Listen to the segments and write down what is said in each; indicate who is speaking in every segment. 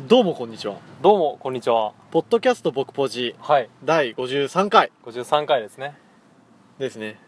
Speaker 1: どうもこんにちは
Speaker 2: どうもこんにちは
Speaker 1: ポッドキャスト僕ポジ
Speaker 2: はい
Speaker 1: 第53回
Speaker 2: 53回ですね
Speaker 1: ですね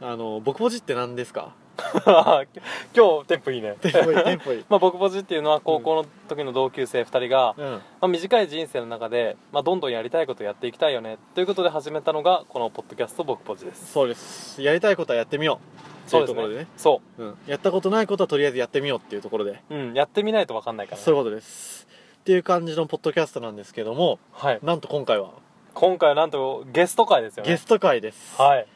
Speaker 1: あの僕ポジって何です か
Speaker 2: 今日テンポいいね
Speaker 1: テンポいいテンポいい
Speaker 2: まあ僕ポジっていうのは高校の時の同級生2人が、
Speaker 1: うん
Speaker 2: まあ、短い人生の中で、まあ、どんどんやりたいことをやっていきたいよねということで始めたのがこのポッドキャスト僕ポジです
Speaker 1: そうですやりたいことはやってみようっていうところでね
Speaker 2: そ
Speaker 1: うん、やったことないことはとりあえずやってみようっていうところで、
Speaker 2: ううんやってみないと分かんないから、ね、
Speaker 1: そういうことですっていう感じのポッドキャストなんですけども
Speaker 2: はい
Speaker 1: なんと今回は
Speaker 2: 今回はなんとゲスト会ですよね
Speaker 1: ゲスト会です、
Speaker 2: はい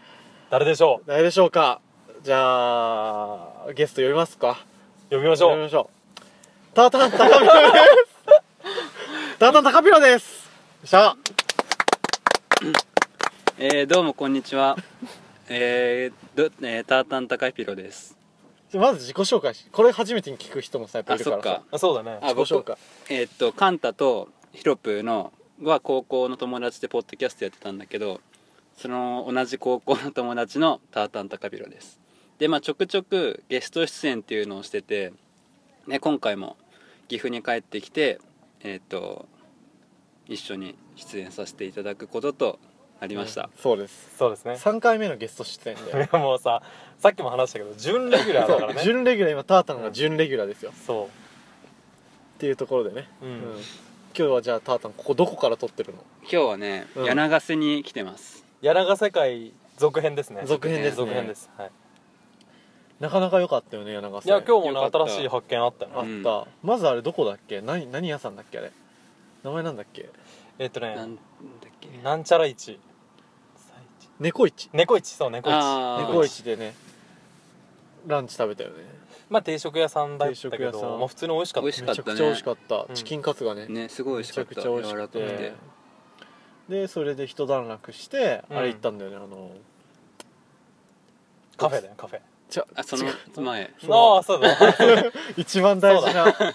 Speaker 2: 誰でしょう
Speaker 1: 誰でしょうかじゃあゲスト呼びますか
Speaker 2: 呼びましょ
Speaker 1: 呼び
Speaker 2: う
Speaker 1: ましょうタータン高ピロですタータン高ピロですよっしゃ
Speaker 3: えー、どうもこんにちは。 えー、どえー、タータン高いピロです。
Speaker 1: まず自己紹介しこれ初めてに聞く人もさやっぱい
Speaker 3: あ、
Speaker 1: るか
Speaker 3: そ
Speaker 1: ら
Speaker 3: っ
Speaker 1: さ
Speaker 3: か。
Speaker 2: あそうだね
Speaker 3: あ
Speaker 1: 自己紹介
Speaker 3: えーっとカンタとヒロプーのは高校の友達でポッドキャストやってたんだけど、その同じ高校の友達のタータン高いピロです。で、まあちょくちょくゲスト出演っていうのをしてて、ね今回も岐阜に帰ってきて、えーっと一緒に出演させていただくこととなりました。
Speaker 1: そうです
Speaker 2: そうですね
Speaker 1: 3回目のゲスト出演 で
Speaker 2: もうささっきも話したけど準レギュラーだからね
Speaker 1: 準レギュラー今タータンが準レギュラーですよ、っ
Speaker 2: そ
Speaker 1: ていうところでね、
Speaker 2: う、う
Speaker 1: うんん今日はじゃあタータンここどこから撮ってるの
Speaker 3: 今日はね、
Speaker 1: うん
Speaker 3: 柳瀬に来てます。
Speaker 2: 柳ヶ世界続編ですね
Speaker 1: 続編ですね
Speaker 2: 続編です、はい、
Speaker 1: なかなか良かったよね柳瀬
Speaker 2: いや今日も
Speaker 3: よ
Speaker 2: ね
Speaker 3: かった
Speaker 2: 新しい発見あったよね
Speaker 1: あった、まずあれどこだっけ何何屋さんだっけあれ名前なんだっけ
Speaker 2: えっと
Speaker 3: なん
Speaker 2: ね
Speaker 3: だっけ。
Speaker 2: なんちゃら市
Speaker 1: 猫市
Speaker 2: 猫市そう猫市
Speaker 3: あー
Speaker 1: 猫市でねランチ食べたよね
Speaker 2: まあ定食屋さんだっ
Speaker 1: 定
Speaker 2: たけ
Speaker 1: 食屋さ
Speaker 2: ど
Speaker 1: ん
Speaker 2: まあ普通に美味しかった
Speaker 3: 美味し
Speaker 1: め
Speaker 3: かっ
Speaker 1: ち
Speaker 3: た
Speaker 1: ゃ
Speaker 3: ね
Speaker 1: くちゃ美味しかった、
Speaker 2: うん
Speaker 1: チキンカツがね
Speaker 3: ねすご
Speaker 1: め
Speaker 3: い美味し
Speaker 1: ち
Speaker 3: かっ
Speaker 1: ゃ
Speaker 3: た
Speaker 1: くちゃ美味し
Speaker 3: 柔ら
Speaker 1: く
Speaker 3: かく
Speaker 1: て
Speaker 3: て
Speaker 1: でそれで一段落して、
Speaker 2: うん
Speaker 1: あれ行ったんだよねあの
Speaker 2: カフェだよカフェ
Speaker 1: ちゃ
Speaker 3: あその
Speaker 1: 違う
Speaker 3: 前
Speaker 2: ああそうだ
Speaker 1: 一番大事な そう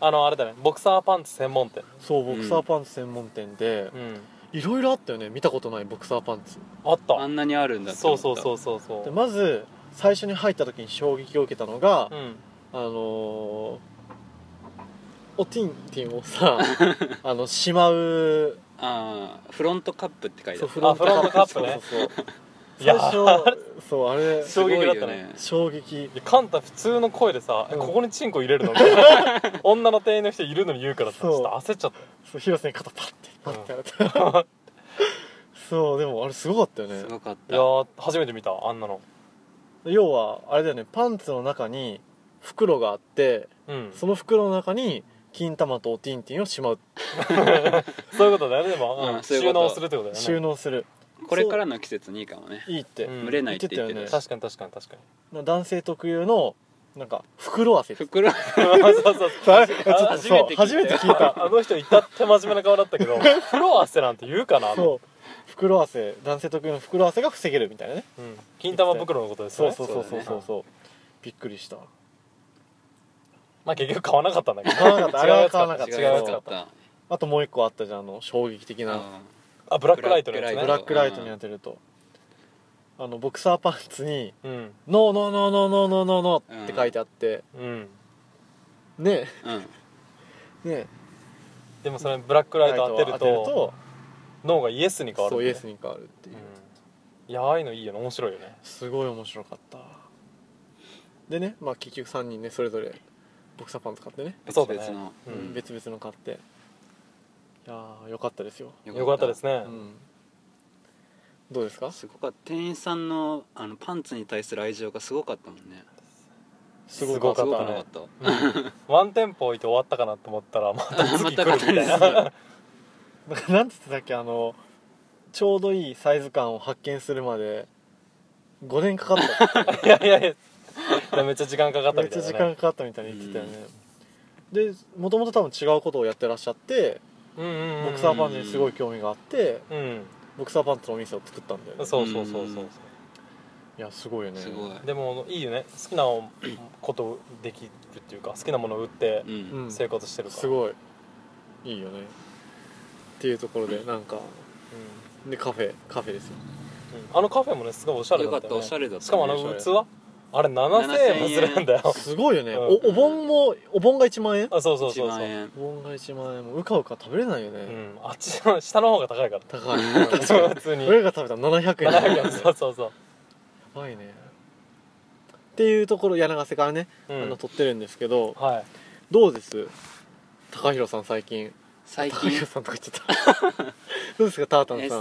Speaker 2: あのあれだねボクサーパンツ専門店
Speaker 1: ボクサーパンツ専門店で
Speaker 2: うん
Speaker 1: いろいろあったよね見たことないボクサーパンツ
Speaker 2: あっ
Speaker 3: あ
Speaker 2: た
Speaker 3: んなにあるんだって
Speaker 2: そ
Speaker 3: 思
Speaker 2: う
Speaker 3: った
Speaker 2: そうそうそうそ
Speaker 1: で
Speaker 2: う
Speaker 1: まず最初に入った時に衝撃を受けたのが、
Speaker 2: うん
Speaker 1: あのーおティンティンをさあのしまう
Speaker 3: ああフロントカップって書いて
Speaker 1: そ
Speaker 3: あ
Speaker 1: う
Speaker 3: る
Speaker 1: フロントカップ
Speaker 2: フロントカッ
Speaker 1: そうそうそう
Speaker 2: いや
Speaker 1: 最初そうあれ
Speaker 2: 衝撃だったね
Speaker 3: すごい
Speaker 1: 衝
Speaker 3: よ
Speaker 1: 撃
Speaker 2: いやカンタ普通の声でさ、え
Speaker 1: うん
Speaker 2: ここにチンコ入れるのみたいな女の店員の人いるのに言うからさち
Speaker 1: そう
Speaker 2: ょっと焦っちゃっ
Speaker 1: そう広瀬に肩パッてパッてやられた、
Speaker 2: た
Speaker 1: そうでもあれすごかったよね
Speaker 3: すごかっ
Speaker 2: い
Speaker 3: た
Speaker 2: やー初めて見たあんなの
Speaker 1: 要はあれだよねパンツの中に袋があって
Speaker 2: うん
Speaker 1: その袋の中に金玉とおティンティンをしまう
Speaker 2: そういうことだよねでも、
Speaker 3: うん
Speaker 2: うん
Speaker 3: そうい
Speaker 2: 収
Speaker 3: うこと
Speaker 2: 納するってことだよね
Speaker 1: 収納する
Speaker 3: これからの季節にいいかもね
Speaker 1: いいって、
Speaker 2: うん
Speaker 3: 蒸れないって言って
Speaker 1: 言ったて
Speaker 3: し
Speaker 2: 確かに確かに確かに
Speaker 1: 男性特有のなんか袋汗って
Speaker 3: 袋
Speaker 2: そうそうそう
Speaker 1: あれちょっと
Speaker 3: 初
Speaker 1: そ
Speaker 3: め
Speaker 1: う
Speaker 3: て聞いた
Speaker 1: 初めて聞いた
Speaker 2: あの人至って真面目な顔だった けどフロアステなんて言うかな
Speaker 1: そう袋汗男性特有の袋汗が防げるみたいなね
Speaker 2: う、ん、金玉袋のことです
Speaker 1: そう
Speaker 2: よね
Speaker 1: そうそうそうそう
Speaker 3: そだ
Speaker 1: う
Speaker 3: ね
Speaker 1: そうびっくりした
Speaker 2: まあ結局買わなかったんだけど
Speaker 1: 買わなかったあれは買わなかった
Speaker 2: 違うやつ
Speaker 1: 違う
Speaker 2: 買
Speaker 1: や
Speaker 2: っ
Speaker 1: つ
Speaker 2: た
Speaker 1: あともう一個あったじゃんあの衝撃的な
Speaker 3: あ
Speaker 2: あブラックライトのやつね
Speaker 1: ブラックライトに当てるとあのボクサーパンツに
Speaker 2: うん
Speaker 1: 「ノーノーノーノーノーノーノーノー」って書いてあって
Speaker 2: うん
Speaker 1: ね
Speaker 3: ーうん
Speaker 1: えねえ
Speaker 2: でもそれブラックライト当てる
Speaker 1: ライトを
Speaker 2: と脳がイエスに変わる
Speaker 1: そ
Speaker 2: ん
Speaker 1: う
Speaker 2: だ
Speaker 1: イ
Speaker 2: よ
Speaker 1: エ
Speaker 2: ね
Speaker 1: スに変わるっていう、
Speaker 2: うんいやああいうのいいよね面白いよね
Speaker 1: すごい面白かったでね、まあ、結局3人ねそれぞれボクサーパンツ買ってね、
Speaker 3: 別
Speaker 2: そう
Speaker 3: 々
Speaker 2: だね
Speaker 3: の
Speaker 2: うん
Speaker 3: うん
Speaker 1: 別々の買っていやーよかったですよ、
Speaker 2: よかったですね
Speaker 1: う、ん、どうですか
Speaker 3: すごかった店員さんのあのパンツに対する愛情がすごかったもんね
Speaker 1: す
Speaker 2: ご
Speaker 1: ご
Speaker 2: か
Speaker 1: か
Speaker 2: っ
Speaker 1: ったた
Speaker 3: す
Speaker 2: ね
Speaker 3: ごくなかった
Speaker 2: ワンテンポ置いて終わったかなと思ったらまた次来るみたい
Speaker 3: また
Speaker 2: な
Speaker 3: 来
Speaker 1: なんか なんつってたっけあのちょうどいいサイズ感を発見するまで5年かかったって
Speaker 2: いやいやいやめっちゃ時間かかった
Speaker 1: めっ
Speaker 2: みた
Speaker 1: ちゃ
Speaker 2: いな、ね、
Speaker 1: 時間かかったみたいに言ってたよね、でもともと多分違うことをやってらっしゃって
Speaker 2: うんうんうん
Speaker 1: ボクサーパンツにすごい興味があって
Speaker 2: うん
Speaker 1: ボクサーパンツのお店を作ったんだよね
Speaker 2: そうそうそうそうそう
Speaker 1: いやすごいよね
Speaker 3: すごい
Speaker 2: でもいいよね好きなことできるっていうか好きなものを売って
Speaker 3: うん
Speaker 1: うん、
Speaker 2: 生活してるから、
Speaker 1: すごいいいよねっていうところでなんか
Speaker 2: う
Speaker 1: でカフェカフェですよ
Speaker 2: んうんあのカフェもねすごいおしゃれ
Speaker 3: よ
Speaker 2: だ
Speaker 3: か
Speaker 2: っ
Speaker 3: っ
Speaker 2: よ、
Speaker 3: た
Speaker 2: ね、
Speaker 3: たおしゃれだったね
Speaker 2: しかもあの
Speaker 1: おしゃれ
Speaker 2: 器あれ7000円もするんだよ
Speaker 1: すごいよね、
Speaker 2: うん
Speaker 1: おお盆もお盆が1万円
Speaker 2: あそうそうそ
Speaker 3: 1
Speaker 2: うそ
Speaker 3: 万
Speaker 2: う、
Speaker 3: 円
Speaker 1: お盆が1万円もうかうか食べれないよね、
Speaker 2: うん、あっちの下の方が高いから
Speaker 1: 高い
Speaker 2: そう普通に
Speaker 1: 俺らが食べたら700円だ
Speaker 2: 700円そ うそうそ
Speaker 1: やばいねっていうところ柳ヶ瀬からね、
Speaker 2: う、うん、
Speaker 1: あの撮ってるんですけど
Speaker 2: はい
Speaker 1: どうです高弘さん最近
Speaker 3: 最
Speaker 1: 高
Speaker 3: 近
Speaker 1: 弘さんとか言っちゃった どうですかタータンさ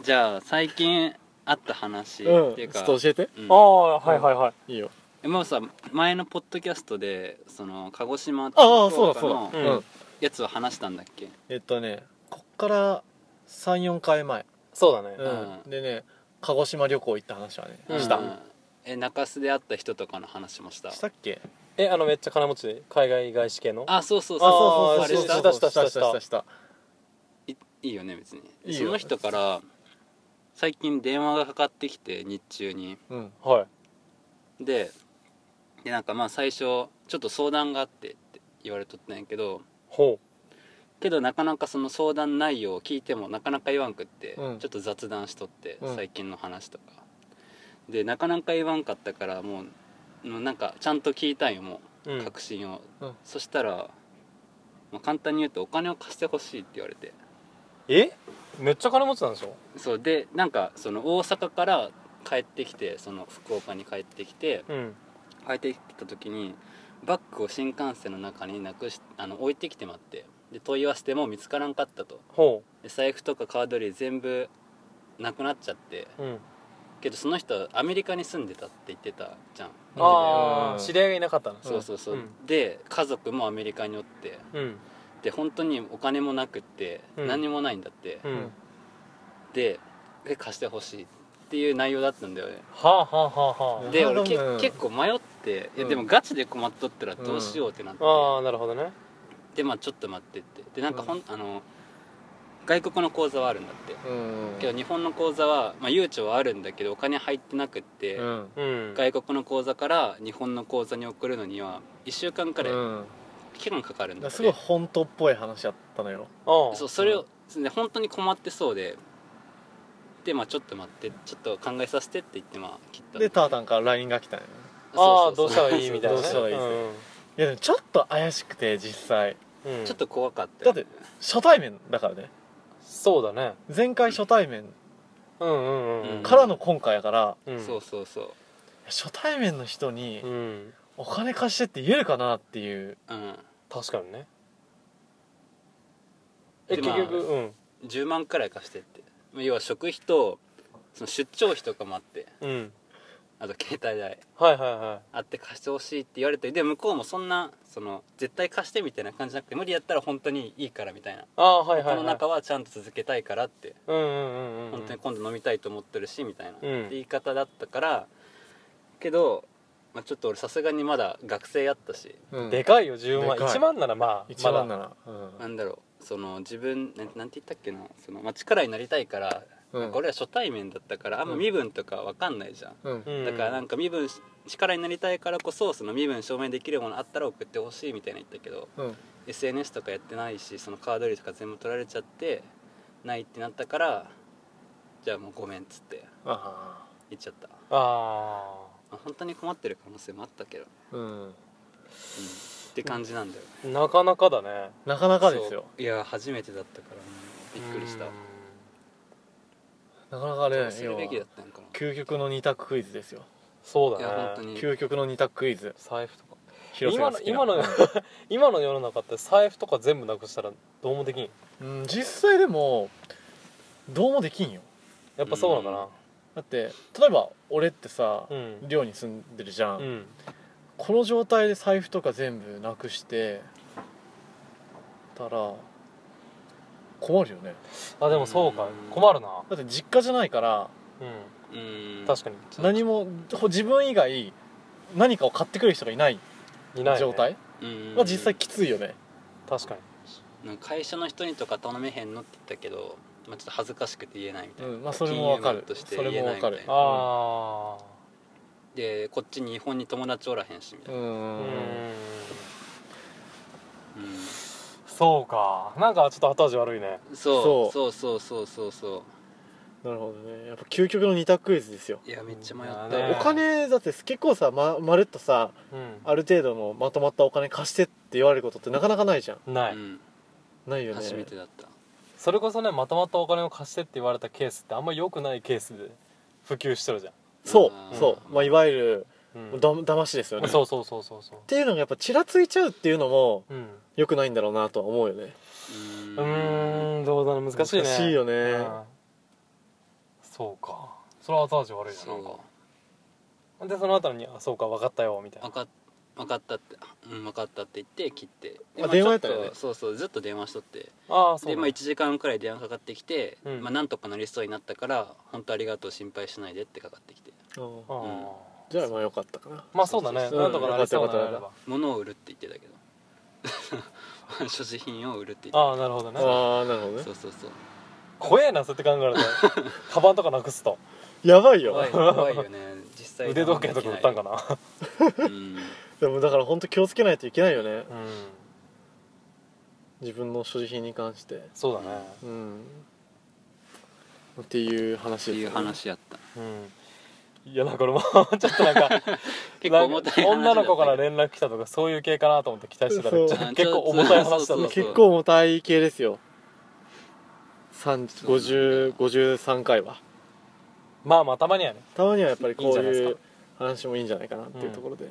Speaker 1: ん、
Speaker 3: じゃあ最近あった話、
Speaker 1: うん
Speaker 3: っていう
Speaker 1: ちょ
Speaker 3: か
Speaker 1: っと教えて
Speaker 3: うん
Speaker 2: ああはいはいはい
Speaker 1: いいよ
Speaker 3: まあさ前のポッドキャストでその鹿児島と
Speaker 1: ああ
Speaker 3: 福
Speaker 1: そう
Speaker 3: 岡
Speaker 1: だそう
Speaker 3: の
Speaker 1: だ、
Speaker 2: う
Speaker 1: うんん
Speaker 3: やつを話したんだっけ
Speaker 1: えっとねこっから34回前、
Speaker 2: そうだね、
Speaker 1: うん
Speaker 3: うん
Speaker 1: でね鹿児島旅行行った話はね、
Speaker 2: うん
Speaker 1: した
Speaker 3: うんえ中洲で会った人とかの話もした
Speaker 1: したっけ
Speaker 2: えあのめっちゃ金持ちで海外外資系の
Speaker 3: あそうそう
Speaker 2: あ
Speaker 3: そう
Speaker 2: ー
Speaker 3: あれした
Speaker 1: したしたしたした
Speaker 3: いいいよね別に
Speaker 1: いいよ
Speaker 3: その人から最近電話がかかってきて日中に
Speaker 1: うん
Speaker 2: はい
Speaker 3: ででなんかまあ最初ちょっと相談があってって言われとったんやけど
Speaker 2: ほ
Speaker 3: けどなかなかその相談内容を聞いてもなかなか言わんくって、
Speaker 1: うん
Speaker 3: ちょっと雑談しとって、
Speaker 1: うん
Speaker 3: 最近の話とかでなかなか言わんかったからもうもうなんかちゃんと聞いたんよも
Speaker 2: う、う、
Speaker 3: うん確信を、
Speaker 1: うん
Speaker 3: そしたら、まあ、簡単に言うとお金を貸してほしいって言われて
Speaker 2: えめっちゃ金持ちなんでしょ
Speaker 3: そうでなんかその大阪から帰ってきてその福岡に帰ってきて
Speaker 2: うん
Speaker 3: 帰ってきた時にバッグを新幹線の中になくしあの置いてきてまってで問い合わせても見つからんかったと
Speaker 2: ほ
Speaker 3: で財布とかカード類全部なくなっちゃって
Speaker 2: う、うん、
Speaker 3: けどその人はアメリカに住んでたって言ってたじゃん
Speaker 2: あ
Speaker 1: う
Speaker 2: あ
Speaker 1: ん
Speaker 2: 知り合いがいなかったな
Speaker 3: そうそうそう、
Speaker 2: うん
Speaker 3: で家族もアメリカにおって
Speaker 2: うん
Speaker 3: で本当にお金もなくって、
Speaker 2: うん
Speaker 3: 何にもないんだって、
Speaker 2: うん、
Speaker 1: うん
Speaker 3: でで貸してほしいっていう内容だったんだよね
Speaker 2: はあはあはあは
Speaker 3: で
Speaker 1: なる
Speaker 3: 俺
Speaker 1: ほど
Speaker 3: け、
Speaker 1: うん
Speaker 3: 結構迷ってい
Speaker 1: う
Speaker 3: や
Speaker 1: ん
Speaker 3: でもガチで困っとったらどうしようってなって、
Speaker 2: あああーなるほどね
Speaker 3: でまあちょっと待ってってでなんかほん、あの外国の口座はあるんだって
Speaker 1: うん
Speaker 3: けど日本の口座は、まあ、悠長はあるんだけどお金入ってなくって、
Speaker 1: うん
Speaker 2: うん
Speaker 3: 外国の口座から日本の口座に送るのには1週間からい
Speaker 1: うん
Speaker 3: 期間かかるんだ
Speaker 1: だ
Speaker 3: って
Speaker 1: すごい本当っぽい話やったのよ
Speaker 2: ああ
Speaker 3: そうそれを、ね本当に困ってそうででまあちょっと待ってちょっと考えさせてって言ってまあ切った
Speaker 1: でタータンから LINE が来たのよ
Speaker 2: ああ
Speaker 3: そ
Speaker 2: ど
Speaker 3: う
Speaker 2: うし
Speaker 3: そ
Speaker 2: た
Speaker 3: うそう
Speaker 2: らいいみたいなね
Speaker 1: どうしたらいい
Speaker 2: うん
Speaker 1: いやでもちょっと怪しくて実際
Speaker 2: うん
Speaker 3: ちょっと怖かった
Speaker 1: だ
Speaker 3: よ
Speaker 1: って初対面だからね
Speaker 2: そうだね
Speaker 1: 前回初対面
Speaker 2: うんうんうん
Speaker 1: からの今回やから、
Speaker 2: うん
Speaker 3: そうそうそう
Speaker 1: 初対面の人に
Speaker 2: うん
Speaker 1: お金貸してって言えるかなっていう
Speaker 3: うん
Speaker 2: 確かにねえ
Speaker 3: で
Speaker 2: 結
Speaker 3: まあ
Speaker 2: 局うん
Speaker 3: 10万くらい貸してってまあ要は食費とその出張費とかもあって
Speaker 2: うん
Speaker 3: あと携帯代
Speaker 2: はいはいは
Speaker 3: あって貸してほしいって言われてで向こうもそんなその絶対貸してみたいな感じじゃなくて無理やったら本当にいいからみたいな、
Speaker 2: いああはい
Speaker 3: こ
Speaker 2: はい
Speaker 3: の
Speaker 2: はい
Speaker 3: 中はちゃんと続けたいからって
Speaker 2: うんうんうんうん
Speaker 3: 本当に今度飲みたいと思ってるしみたいな、
Speaker 2: うん
Speaker 3: って言い方だったからけど、まあ、ちょっと俺さすがにまだ学生やったし
Speaker 2: でかいよ10万
Speaker 1: でかい
Speaker 2: 1万ならまあ
Speaker 1: 1万
Speaker 2: ま
Speaker 1: な
Speaker 2: だ
Speaker 1: ら、うん
Speaker 3: なんだろうその自分なんなんて言ったっけなその、まあ、力になりたいから、
Speaker 1: うん
Speaker 3: 俺ら初対面だったからあんま
Speaker 1: うん
Speaker 3: 身分とかわかんないじゃん、
Speaker 1: うん
Speaker 2: うん
Speaker 3: だからなんか身分力になりたいからこそその身分証明できるものあったら送ってほしいみたいな言ったけど
Speaker 1: うん
Speaker 3: SNS とかやってないしそのカード類とか全部取られちゃってないってなったからじゃあもうごめんっつって
Speaker 1: あ
Speaker 3: 言っちゃった
Speaker 2: あ
Speaker 3: まあ本当に困ってる可能性もあったけど、うん、
Speaker 1: あうん
Speaker 3: って感じなんだよね、
Speaker 2: あなかなかだね
Speaker 1: なかなかですよ
Speaker 3: そういや初めてだったから、びっくりした
Speaker 2: うん
Speaker 1: なかなかね
Speaker 3: どうするべきだ
Speaker 1: 要
Speaker 3: っ
Speaker 1: は
Speaker 3: たんかな
Speaker 1: 究極の二択クイズですよ
Speaker 2: そう
Speaker 3: いや本
Speaker 2: だ
Speaker 3: 当
Speaker 2: ね
Speaker 3: に
Speaker 1: 究極の二択クイズ
Speaker 2: 財布とか
Speaker 1: 広瀬
Speaker 2: 今
Speaker 1: が
Speaker 2: の
Speaker 1: 好きな
Speaker 2: 今の 今の世の中って財布とか全部なくしたらどうもできん
Speaker 1: うん実際でもどうもできんよ
Speaker 2: やっぱそうなんだな
Speaker 1: だって例えば俺ってさ、
Speaker 2: うん
Speaker 1: 寮に住んでるじゃん、
Speaker 2: うん
Speaker 1: この状態で財布とか全部なくしてたら困るよね
Speaker 2: あでもそうか
Speaker 3: うん
Speaker 2: 困るな
Speaker 1: だって実家じゃないから
Speaker 2: うん
Speaker 3: うん
Speaker 2: 確かに
Speaker 3: そう
Speaker 1: 何もほ自分以外何かを買ってくる人がいない
Speaker 2: いないね
Speaker 1: 状態
Speaker 3: うん
Speaker 1: は実際きついよね
Speaker 2: 確かに
Speaker 3: なんか会社の人にとか頼めへんのって言ったけど、まあ、ちょっと恥ずかしくて言えないみた
Speaker 1: う
Speaker 3: いな、
Speaker 1: んまあそれもわかる
Speaker 3: 金融面として
Speaker 1: それもわかる
Speaker 3: 言えないみたいな
Speaker 2: あ
Speaker 3: でこっちに日本に友達おらへんしみ
Speaker 1: う
Speaker 3: たい
Speaker 1: ん
Speaker 3: な、
Speaker 1: う
Speaker 2: あ
Speaker 1: ん
Speaker 2: うん
Speaker 3: うん
Speaker 2: そうかなんかちょっと後味悪いね
Speaker 3: そう
Speaker 1: そう
Speaker 3: そうそうそうそうそう
Speaker 1: なるほどねやっぱ究極の二択クイズですよ
Speaker 3: いやめっちゃ迷っ
Speaker 2: まあ
Speaker 3: た、
Speaker 2: ね
Speaker 1: お金だって結構さままるっとさ
Speaker 2: うん
Speaker 1: ある程度のまとまったお金貸してって言われることってなかなかないじゃん
Speaker 2: ない、
Speaker 3: うん、
Speaker 1: ないよね
Speaker 3: 初めてだった
Speaker 2: それこそねまとまったお金を貸してって言われたケースってあんま良くないケースで普及してるじゃ
Speaker 1: そう
Speaker 3: あー
Speaker 1: そう、まあ、いわゆ
Speaker 2: ん、うん
Speaker 1: るだ騙しですよね、っ
Speaker 2: そうそうそうそうそ
Speaker 1: ていうのがやっぱちらついちゃうっていうのも
Speaker 2: ううん
Speaker 1: 良くないんだろうなとは思うよね
Speaker 2: うーんどうだろう難しいね
Speaker 1: 難しいよね
Speaker 2: うんそうかそれは後味悪いじゃんなんか
Speaker 3: そ
Speaker 2: でその後に「あそうか分かったよ」みた
Speaker 3: う
Speaker 2: い
Speaker 3: 分
Speaker 2: な
Speaker 3: かっ分かったって、うん、分かったって言って切ってで
Speaker 1: あ
Speaker 3: まあ
Speaker 1: 電話やっ
Speaker 3: ち
Speaker 1: た
Speaker 3: ょ
Speaker 1: よね
Speaker 3: とそうそうずっと電話しとって
Speaker 2: ああそう
Speaker 3: で、
Speaker 2: なん
Speaker 3: まあ、
Speaker 2: だ
Speaker 3: 1時間くらい電話かかってきて、
Speaker 2: うん
Speaker 3: まあ、なんとかなりそうになったから「本当ありがとう心配しないで」ってかかってきて
Speaker 1: うん
Speaker 2: ああ
Speaker 3: うん
Speaker 1: じゃあまあ良かったかな
Speaker 2: まあそうだね
Speaker 1: そうそう
Speaker 2: なんとかなりそうなのであれ
Speaker 1: よか
Speaker 2: ば
Speaker 3: 物を売るって言ってたけど所持品を売るって言
Speaker 2: ああ
Speaker 3: って
Speaker 2: なるほどね
Speaker 1: ああなるほど
Speaker 3: た
Speaker 1: ね
Speaker 3: そうそうそう
Speaker 2: 怖えなそうやって考えるとカバンとかなくすと
Speaker 1: やばいよ
Speaker 3: 怖い怖いよね実際
Speaker 2: 腕時計とか売ったんかな
Speaker 3: うん
Speaker 1: でもだから本当気をつけないといけないよね
Speaker 2: うん
Speaker 1: 自分の所持品に関して
Speaker 2: そうだね
Speaker 1: うんっていう
Speaker 3: っ
Speaker 1: 話
Speaker 3: て
Speaker 1: です
Speaker 3: い
Speaker 1: よ
Speaker 3: う
Speaker 1: ね
Speaker 3: 話や った
Speaker 2: うんいやなんか俺も ちょっとなんか
Speaker 3: 結構重たい話だったけど
Speaker 2: 女の子から連絡来たとかそういう系かなと思って期待してた
Speaker 1: そ
Speaker 2: ら
Speaker 1: う
Speaker 2: ちょっと結構重たい話だ
Speaker 3: そう
Speaker 2: っ
Speaker 1: 結構重たい系ですよ30 50 53回は
Speaker 2: たまあまあたまにはね
Speaker 1: たまにはやっぱりこう
Speaker 2: いいんじゃない
Speaker 1: い
Speaker 2: です
Speaker 1: う話もいいんじゃないかなっていうところで、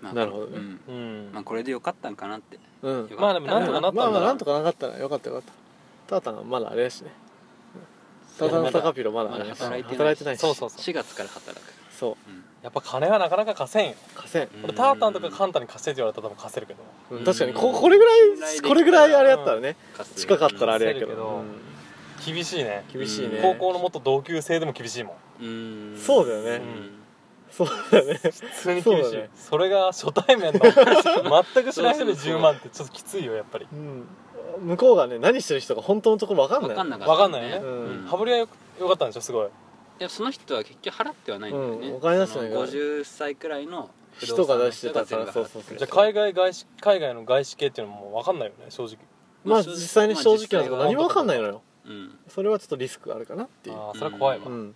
Speaker 3: まあ
Speaker 1: なるほどね
Speaker 3: うん
Speaker 2: うん
Speaker 3: まあこれでよかったんかなって
Speaker 1: うん
Speaker 3: よかった
Speaker 2: まあでもなんとかなったんだ
Speaker 1: まあまあなんとかなかったらよかったよかったタータンまだあれだしねタータンのタカピロまだあれだし
Speaker 3: まだ働いてな
Speaker 1: 働
Speaker 3: い
Speaker 1: いてないし
Speaker 2: そうそうそう
Speaker 3: 4月から働く
Speaker 1: そう
Speaker 3: うん
Speaker 2: やっぱ金はなかなか貸せんよ
Speaker 1: 河川、
Speaker 2: 俺タータンとかカンタに貸してって言われたら多分貸せるけど
Speaker 1: うん
Speaker 3: うん
Speaker 1: 確かにここれぐらいこれぐらいあれやったらね
Speaker 3: かす
Speaker 1: 近かったらあれやけど
Speaker 2: けど厳しいね
Speaker 1: うん厳しいね
Speaker 2: 高校の元同級生でも厳しいもん
Speaker 3: うん
Speaker 1: そうだよね
Speaker 3: ん
Speaker 1: そうだね
Speaker 2: 普通に厳
Speaker 1: そ
Speaker 2: し
Speaker 1: う
Speaker 2: い
Speaker 1: だね
Speaker 2: それが初 対面の全く知らない人で
Speaker 3: そうそうそう
Speaker 2: 10万ってちょっときついよやっぱり
Speaker 1: うん向こうがね何してる人が本当のところわかんない
Speaker 3: 分かんなかった
Speaker 2: わかんないよね
Speaker 1: うん
Speaker 2: 羽振りはよよかったんでしょすごい
Speaker 3: いやその人は結局払ってはないんだよね、
Speaker 1: うんお金出してない
Speaker 3: そ
Speaker 1: から
Speaker 3: の50歳くらいの不動
Speaker 1: 人
Speaker 3: 産
Speaker 1: が
Speaker 3: の
Speaker 1: 出してたから
Speaker 3: 人が全部払
Speaker 1: そうそう
Speaker 3: っ
Speaker 1: そ
Speaker 3: て
Speaker 1: う
Speaker 2: じゃあ
Speaker 3: くれ
Speaker 2: 海外外資海外の外資系っていうのもわかんないよね正直
Speaker 1: まあ実際に正直なとこ何もわかんないのよ
Speaker 3: たうん
Speaker 1: それはちょっとリスクがあるかなっていう
Speaker 2: ああそれは怖いわ
Speaker 1: うん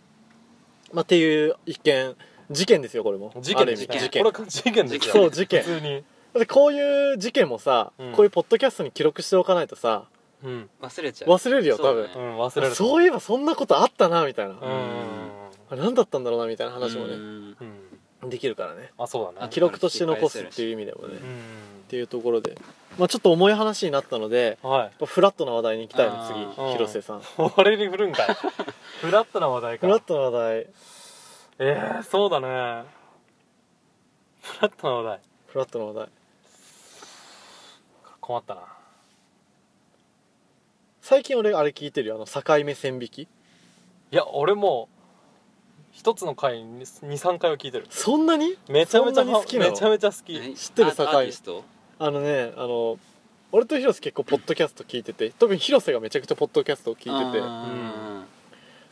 Speaker 1: まあっていう一見事件ですよこれも
Speaker 2: 事
Speaker 1: あ
Speaker 2: 件
Speaker 1: る意
Speaker 2: で
Speaker 1: 味
Speaker 2: す
Speaker 1: 事
Speaker 2: ね
Speaker 1: 件
Speaker 2: これ事件ですよ
Speaker 1: そう事件
Speaker 2: 普通に
Speaker 1: だってこういう事件もさ、
Speaker 2: うん
Speaker 1: こういうポッドキャストに記録しておかないとさ
Speaker 2: うん
Speaker 3: 忘れちゃう
Speaker 1: 忘れるよ多分
Speaker 3: そう
Speaker 2: う
Speaker 3: だ
Speaker 2: ん忘れる
Speaker 1: そういえばそんなことあったなみたいな、
Speaker 2: うんうんうん
Speaker 1: あ何だったんだろうなみたいな話も
Speaker 3: う
Speaker 1: ね、
Speaker 3: ん
Speaker 2: うん
Speaker 1: できるからね
Speaker 2: あそうだ
Speaker 3: あ
Speaker 2: ね
Speaker 1: 記録として残すっていう意味でもね、っ
Speaker 2: うん
Speaker 1: ていうところで、まあ、ちょっと重い話になったので
Speaker 2: はい
Speaker 1: やっぱフラットな話題に行きたいの次
Speaker 3: あ
Speaker 2: ー
Speaker 1: 広瀬さん
Speaker 2: 俺に振る んかいフラットな話題か
Speaker 1: フラットな話題
Speaker 2: えー、そうだねフラットな話題
Speaker 1: フラットな話題
Speaker 2: 困ったな
Speaker 1: 最近俺あれ聞いてるよあの境目線引き
Speaker 2: いや俺もう一つの回に23回は聞いてる
Speaker 1: そんなに
Speaker 2: めちゃめちゃ
Speaker 1: そんなに好きなの
Speaker 2: めちゃめちゃ好き
Speaker 3: え
Speaker 1: 知ってる
Speaker 3: アーアーティスト
Speaker 1: あのねあの俺と広瀬結構ポッドキャスト聞いてて特に広瀬がめちゃくちゃポッドキャストを聞いてて
Speaker 3: あ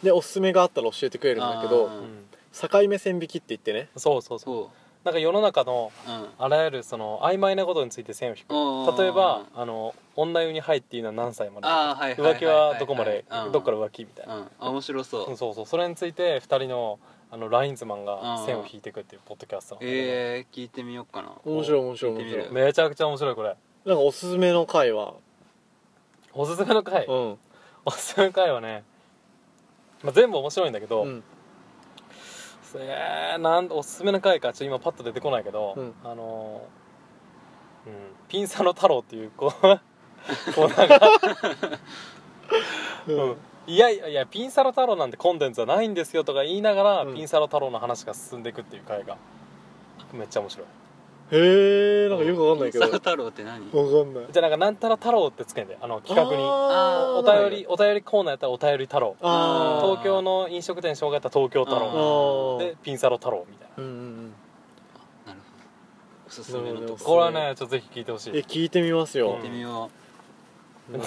Speaker 1: でおすすめがあったら教えてくれるんだけど
Speaker 2: う
Speaker 3: あ
Speaker 2: ん
Speaker 1: 境目線引きって言ってね
Speaker 2: そうそう
Speaker 3: ー
Speaker 2: そう
Speaker 3: そ
Speaker 2: なんか世の中の
Speaker 3: ううん
Speaker 2: あらゆるその曖昧なことについて線を引く
Speaker 3: あー
Speaker 2: 例えばあの女湯に入っていいのは何歳までとか
Speaker 3: あーはい
Speaker 2: 浮気はどこまで
Speaker 3: はいはいはい
Speaker 2: どっから浮気みたいな
Speaker 3: うんあ面白そううん
Speaker 2: そうそうそれについて2人のあのラインズマン
Speaker 3: う
Speaker 2: が
Speaker 3: ん
Speaker 2: 線を引いていくっていうポッドキャストなんだけど
Speaker 3: えー聞いてみようかな
Speaker 1: 面白い面白い
Speaker 3: 聞いて
Speaker 1: 面
Speaker 3: み
Speaker 1: 白
Speaker 3: る
Speaker 1: い
Speaker 2: めちゃくちゃ面白いこれ
Speaker 1: なんかおすすめの回は
Speaker 2: おすすめの回
Speaker 1: うん
Speaker 2: おすすめの回はね、まあ、全部面白いんだけど、
Speaker 1: うん
Speaker 2: えー、なんおすすめの回かちょっと今パッと出てこないけど、
Speaker 1: うん
Speaker 2: あのーうん、ピンサロ太郎っていうこうコーナーが、
Speaker 1: うん
Speaker 2: うん、いやいやいやピンサロ太郎なんてコンテンツはないんですよとか言いながら、
Speaker 1: うん
Speaker 2: ピンサロ太郎の話が進んでいくっていう回がめっちゃ面白い
Speaker 1: へえなんかよくわかんないけど
Speaker 3: 金
Speaker 1: わ
Speaker 3: 沢太郎って何
Speaker 1: かんない
Speaker 2: じゃあなんかなんたら太郎ってつけんであの企画に
Speaker 1: あ
Speaker 2: お
Speaker 1: ー
Speaker 2: 便りお便りコーナーやったらお便り太郎
Speaker 1: あー
Speaker 2: 東京の飲食店障害やったら東京太
Speaker 1: あ
Speaker 2: 郎
Speaker 1: ー
Speaker 2: でピンサロ太郎みたいな
Speaker 1: うんうん
Speaker 3: なるほどおすすめのと
Speaker 1: なるほ
Speaker 2: こ
Speaker 1: ど
Speaker 2: れはね ちょっとぜひ聞いてほし
Speaker 1: う
Speaker 2: い
Speaker 1: んえ聞いてみますよ
Speaker 3: 行ってみよ
Speaker 1: うん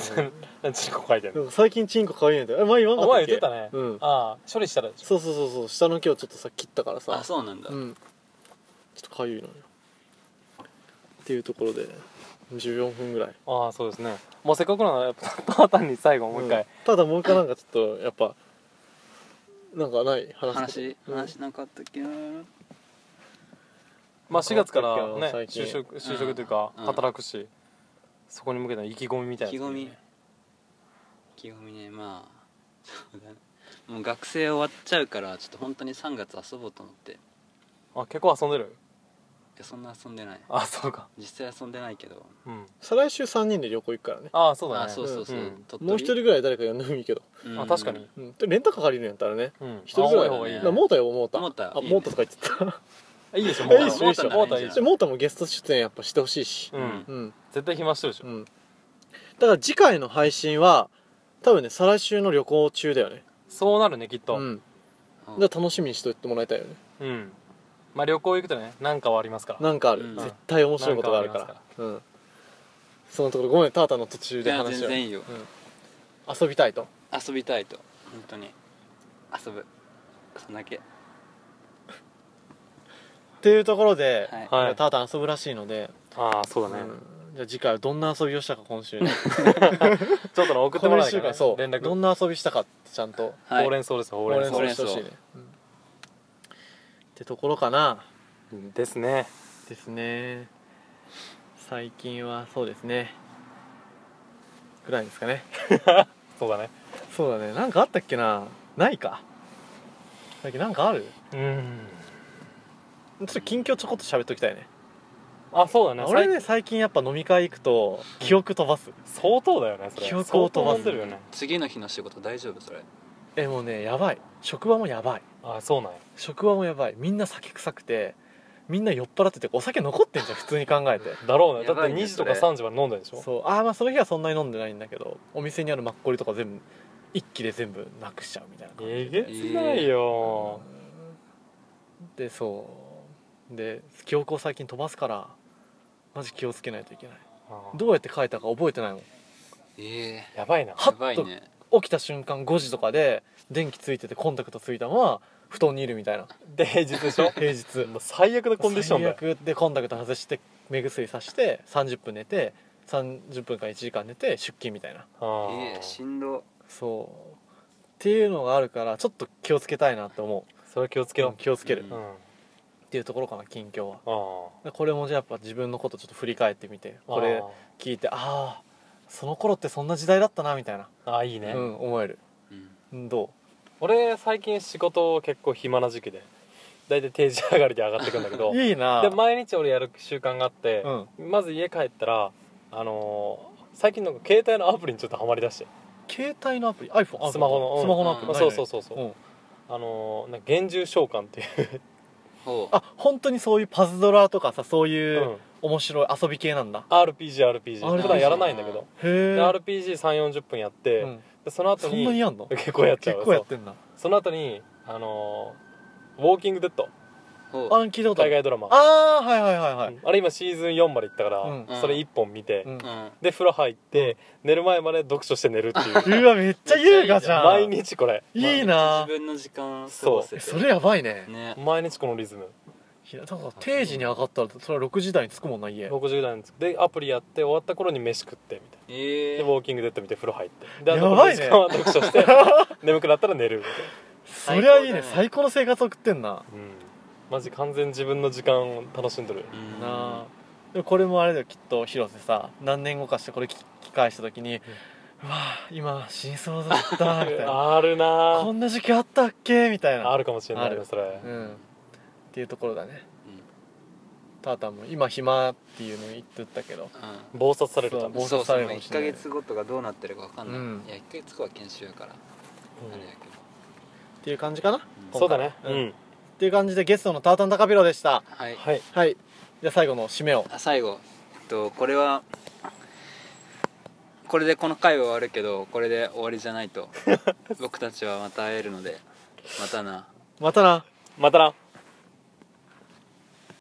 Speaker 2: 何ちんこ書いてん
Speaker 1: な
Speaker 2: の
Speaker 1: んか最近チンコかゆいんだよえ前言わんか
Speaker 2: お
Speaker 1: ったっけ
Speaker 2: 前言ってたね、
Speaker 1: うん
Speaker 2: ああ処理したらでしょ
Speaker 1: そうそうそうそう下の毛をちょっとさ切ったから
Speaker 3: う
Speaker 1: さ
Speaker 3: あそうなんだ
Speaker 1: うんちょっとかゆいのよっていうところで14分ぐらい
Speaker 2: ああそうですねもうせっかくなのでやっぱタータンに最後もう一回、
Speaker 1: んただもう一回なんかちょっとやっぱなんかない話
Speaker 3: 話
Speaker 1: うん
Speaker 3: 話なんかあったっけな
Speaker 2: まあ4月から
Speaker 1: 変わった
Speaker 2: ね
Speaker 1: っけな最近
Speaker 2: 就職就職というか
Speaker 3: うん
Speaker 2: 働くし、そこに向けての意気込みみたいな
Speaker 3: 意気
Speaker 2: やつね、
Speaker 3: 込み意気込みねまあそうだねもう学生終わっちゃうからちょっと本当に3月遊ぼうと思ってい
Speaker 2: あ結構遊んでる
Speaker 3: やそんな遊んでない
Speaker 2: あそうか
Speaker 3: 実際遊んでないけど
Speaker 2: うん
Speaker 1: 再来週3人で旅行行くからね
Speaker 2: ああそうだね
Speaker 3: あそうそうそう、
Speaker 2: うん
Speaker 3: 鳥取
Speaker 1: もう一人ぐらい誰か呼んでもいいけど、
Speaker 3: うん
Speaker 2: あ確かに
Speaker 1: うん、でレンタカー借りるんやったらね
Speaker 2: うん
Speaker 1: 一人ぐらい
Speaker 2: あ多い方がいい
Speaker 1: だ
Speaker 2: ね
Speaker 1: からモータよモータ
Speaker 3: モータ
Speaker 1: あ
Speaker 3: いいね
Speaker 1: モータとか言ってた
Speaker 2: あいいでしょ
Speaker 1: え
Speaker 2: も
Speaker 1: い
Speaker 2: う
Speaker 1: いっしょいいっしょ
Speaker 2: モーターいい
Speaker 3: モーター
Speaker 2: じ
Speaker 1: で
Speaker 2: ゃん
Speaker 1: モータもゲスト出演やっぱしてほしいし
Speaker 2: うん、
Speaker 3: うん
Speaker 1: うん
Speaker 2: 絶対暇してるでしょ、
Speaker 1: うんだから次回の配信は多分ね再来週の旅行中だよね
Speaker 2: そうなるねきっと
Speaker 1: うん
Speaker 3: うん
Speaker 1: だから楽しみにしといてもらいたいよね
Speaker 2: うんまあ旅行行くとねなんかはありますから
Speaker 1: なんかある、
Speaker 3: うん
Speaker 1: 絶対面白いことがあるから
Speaker 2: なんかあ
Speaker 1: うんそのところごめんタータンの途中
Speaker 3: い
Speaker 1: で
Speaker 3: や
Speaker 1: 話
Speaker 3: 全
Speaker 1: を
Speaker 3: 然いいよ
Speaker 1: 遊びたいと
Speaker 3: 遊びたいと本当に遊ぶそんだけ
Speaker 1: っていうところで、
Speaker 3: はい
Speaker 2: はい
Speaker 1: タータン遊ぶらしいので、
Speaker 2: ああそうだね、
Speaker 1: うんじゃあ次回はどんな遊びをしたか今週ね
Speaker 2: ちょっとね送ってもらえないから、ね、
Speaker 1: そう
Speaker 2: 連絡
Speaker 1: どんな遊びしたかってちゃんと
Speaker 3: はい
Speaker 2: ほうれん草ですよほう
Speaker 1: 俺
Speaker 2: れん
Speaker 1: に
Speaker 2: 草
Speaker 3: ほうれん
Speaker 1: してほしいね、うんってところかな
Speaker 2: ですね
Speaker 1: ですね最近はそうですねぐらいですかね
Speaker 2: そうだね
Speaker 1: そうだねなんかあったっけなないかだっけなんかある
Speaker 2: うん
Speaker 1: ちょっと近況ちょこっと喋っときたいね
Speaker 2: あそうだね
Speaker 1: 俺
Speaker 2: 最
Speaker 1: ね最近やっぱ飲み会行くと記憶飛ばす
Speaker 2: 相当だよねそれ
Speaker 1: 記憶を飛ばす
Speaker 2: 相当するよね
Speaker 3: 次の日の仕事大丈夫それ
Speaker 1: えもうねやばい職場もやばい
Speaker 2: あそうなんや
Speaker 1: 職場もやばいみんな酒臭くてみんな酔っ払っててお酒残ってんじゃん普通に考えて
Speaker 2: だろうねだ
Speaker 3: や
Speaker 2: っ
Speaker 3: ばい
Speaker 2: て
Speaker 3: ね
Speaker 2: 2時とか
Speaker 3: それ
Speaker 2: 3時まで飲んだでしょ
Speaker 1: そうああまあその日はそんなに飲んでないんだけどお店にあるマッコリとか全部一気で全部なくしちゃうみたいな感じ
Speaker 2: えげつないよ、
Speaker 1: でそうで記憶を最近飛ばすからマジ気をつけないといけない
Speaker 2: あー
Speaker 1: どうやって書いたか覚えてないもん
Speaker 3: え
Speaker 2: やばい な
Speaker 3: え
Speaker 1: は
Speaker 3: やばいね
Speaker 1: 起きた瞬間5時とかで電気ついててコンタクトついたまま布団にいるみたいな
Speaker 2: で平日でしょ
Speaker 1: 平日
Speaker 2: もう最悪なコンディションだよ
Speaker 1: 最悪でコンタクト外して目薬さして30分寝て30分から1時間寝て出勤みたいな
Speaker 2: あ
Speaker 3: え
Speaker 2: ー
Speaker 3: えしんど
Speaker 1: そうっていうのがあるからちょっと気をつけたいなって思う
Speaker 2: それは気をつけ
Speaker 1: う
Speaker 2: ろ
Speaker 1: ん気をつける、
Speaker 3: う
Speaker 2: うん
Speaker 1: っ
Speaker 2: あ
Speaker 1: ていうところかな近況は
Speaker 2: ー
Speaker 1: でこれもじゃあやっぱ自分のことちょっと振り返ってみてこれ聞いてああーその頃ってそんな時代だったなみたいな、
Speaker 2: あーあーいいね、
Speaker 1: うん、思える
Speaker 3: うん
Speaker 1: うんど
Speaker 2: 俺最近仕事結構暇な時期で大体定時上がりで上がってくんだけど
Speaker 1: ういいな
Speaker 2: で毎日俺やる習慣があって
Speaker 1: う、ん、
Speaker 2: まず家帰ったらあのー最近なんか携帯のアプリにちょっとハマりだして
Speaker 1: 携帯のアプリ iPhone
Speaker 2: スマホの、うん
Speaker 1: スマホのアプリ、
Speaker 3: うん
Speaker 2: そうそうそうそう、
Speaker 1: うん
Speaker 2: あのーなんか厳重召喚っていう、
Speaker 3: ほう
Speaker 1: あ本当にそういうパズドラとかさそういうう、
Speaker 2: ん、
Speaker 1: 面白い遊び系なんだ
Speaker 2: RPGRPG
Speaker 1: うん
Speaker 2: 普段やらないんだけど、
Speaker 1: へ
Speaker 2: で
Speaker 1: え
Speaker 2: RPG340 分やって、でその後
Speaker 1: そ
Speaker 2: に
Speaker 1: んなにやんの
Speaker 2: 結構やっちゃう
Speaker 1: 結構やってんだ
Speaker 2: そうその後にあのーウォーキングデッド
Speaker 3: ほ
Speaker 1: あ
Speaker 3: う
Speaker 1: 聞いたことあ
Speaker 2: 海
Speaker 1: る
Speaker 2: 外ドラマ
Speaker 1: ああーはいはいはいは
Speaker 2: う
Speaker 1: い
Speaker 2: んあれ今シーズン4まで行ったから、
Speaker 1: うん
Speaker 2: それ1本見て、
Speaker 1: うん
Speaker 3: うんあ
Speaker 2: で風呂入って、寝る前まで読書して寝るっていう
Speaker 1: うわめっちゃ優雅じゃん
Speaker 2: 毎日これ
Speaker 1: いいな
Speaker 3: 自分の時間を過
Speaker 2: そう
Speaker 3: ごせて
Speaker 1: それやばいね
Speaker 3: ね
Speaker 2: 毎日このリズム
Speaker 1: いやだから定時に上がったらそれは6時台に着くもんな家
Speaker 2: 60代の時でアプリやって終わった頃に飯食ってみたい
Speaker 3: え
Speaker 2: な
Speaker 3: え
Speaker 2: でウォーキングデッド見て風呂入ってであ
Speaker 1: や
Speaker 2: と
Speaker 1: ば
Speaker 2: 5
Speaker 1: い
Speaker 2: 時
Speaker 1: ね
Speaker 2: 間は読書して 眠くなったら寝るみたい
Speaker 1: そりゃいいね
Speaker 3: 最高だね
Speaker 1: 最高の生活送ってんな
Speaker 2: な、うん、マジ完全に自分の時間を楽しんでる
Speaker 3: うん
Speaker 1: なあでもこれもあれだよきっと広瀬さ何年後かしてこれ聞き返した時にうわあ今死にそうだったみたいな
Speaker 2: あるな
Speaker 1: こんな時 期あったっけみたいな
Speaker 2: あるかもしれない
Speaker 1: あ
Speaker 2: ね
Speaker 1: る
Speaker 2: それ
Speaker 1: うんっていうところだね
Speaker 3: うん
Speaker 1: タータンも今暇っていうの言ってたけど
Speaker 3: う
Speaker 2: 暴殺されると
Speaker 1: そう暴
Speaker 3: ん
Speaker 1: 走
Speaker 3: そう
Speaker 1: さ
Speaker 3: そ
Speaker 1: れ
Speaker 3: う
Speaker 1: るかも
Speaker 3: 1
Speaker 1: しれ
Speaker 3: ヶ
Speaker 1: ない
Speaker 3: 月後とかどうなってるかわかんない、
Speaker 1: うん
Speaker 3: いや1ヶ月後は研修やから、あれやけど
Speaker 1: っていう感じかな、
Speaker 3: ん
Speaker 2: そうだね
Speaker 1: う
Speaker 2: うんん、
Speaker 1: っていう感じでゲストのタータン高ロでした
Speaker 3: はい
Speaker 2: はい
Speaker 1: はいじゃあ最後の締めを
Speaker 3: あ最後、えっと、これはこれでこの回は終わるけどこれで終わりじゃないと僕たちはまた会えるのでまたな
Speaker 1: またな
Speaker 2: またな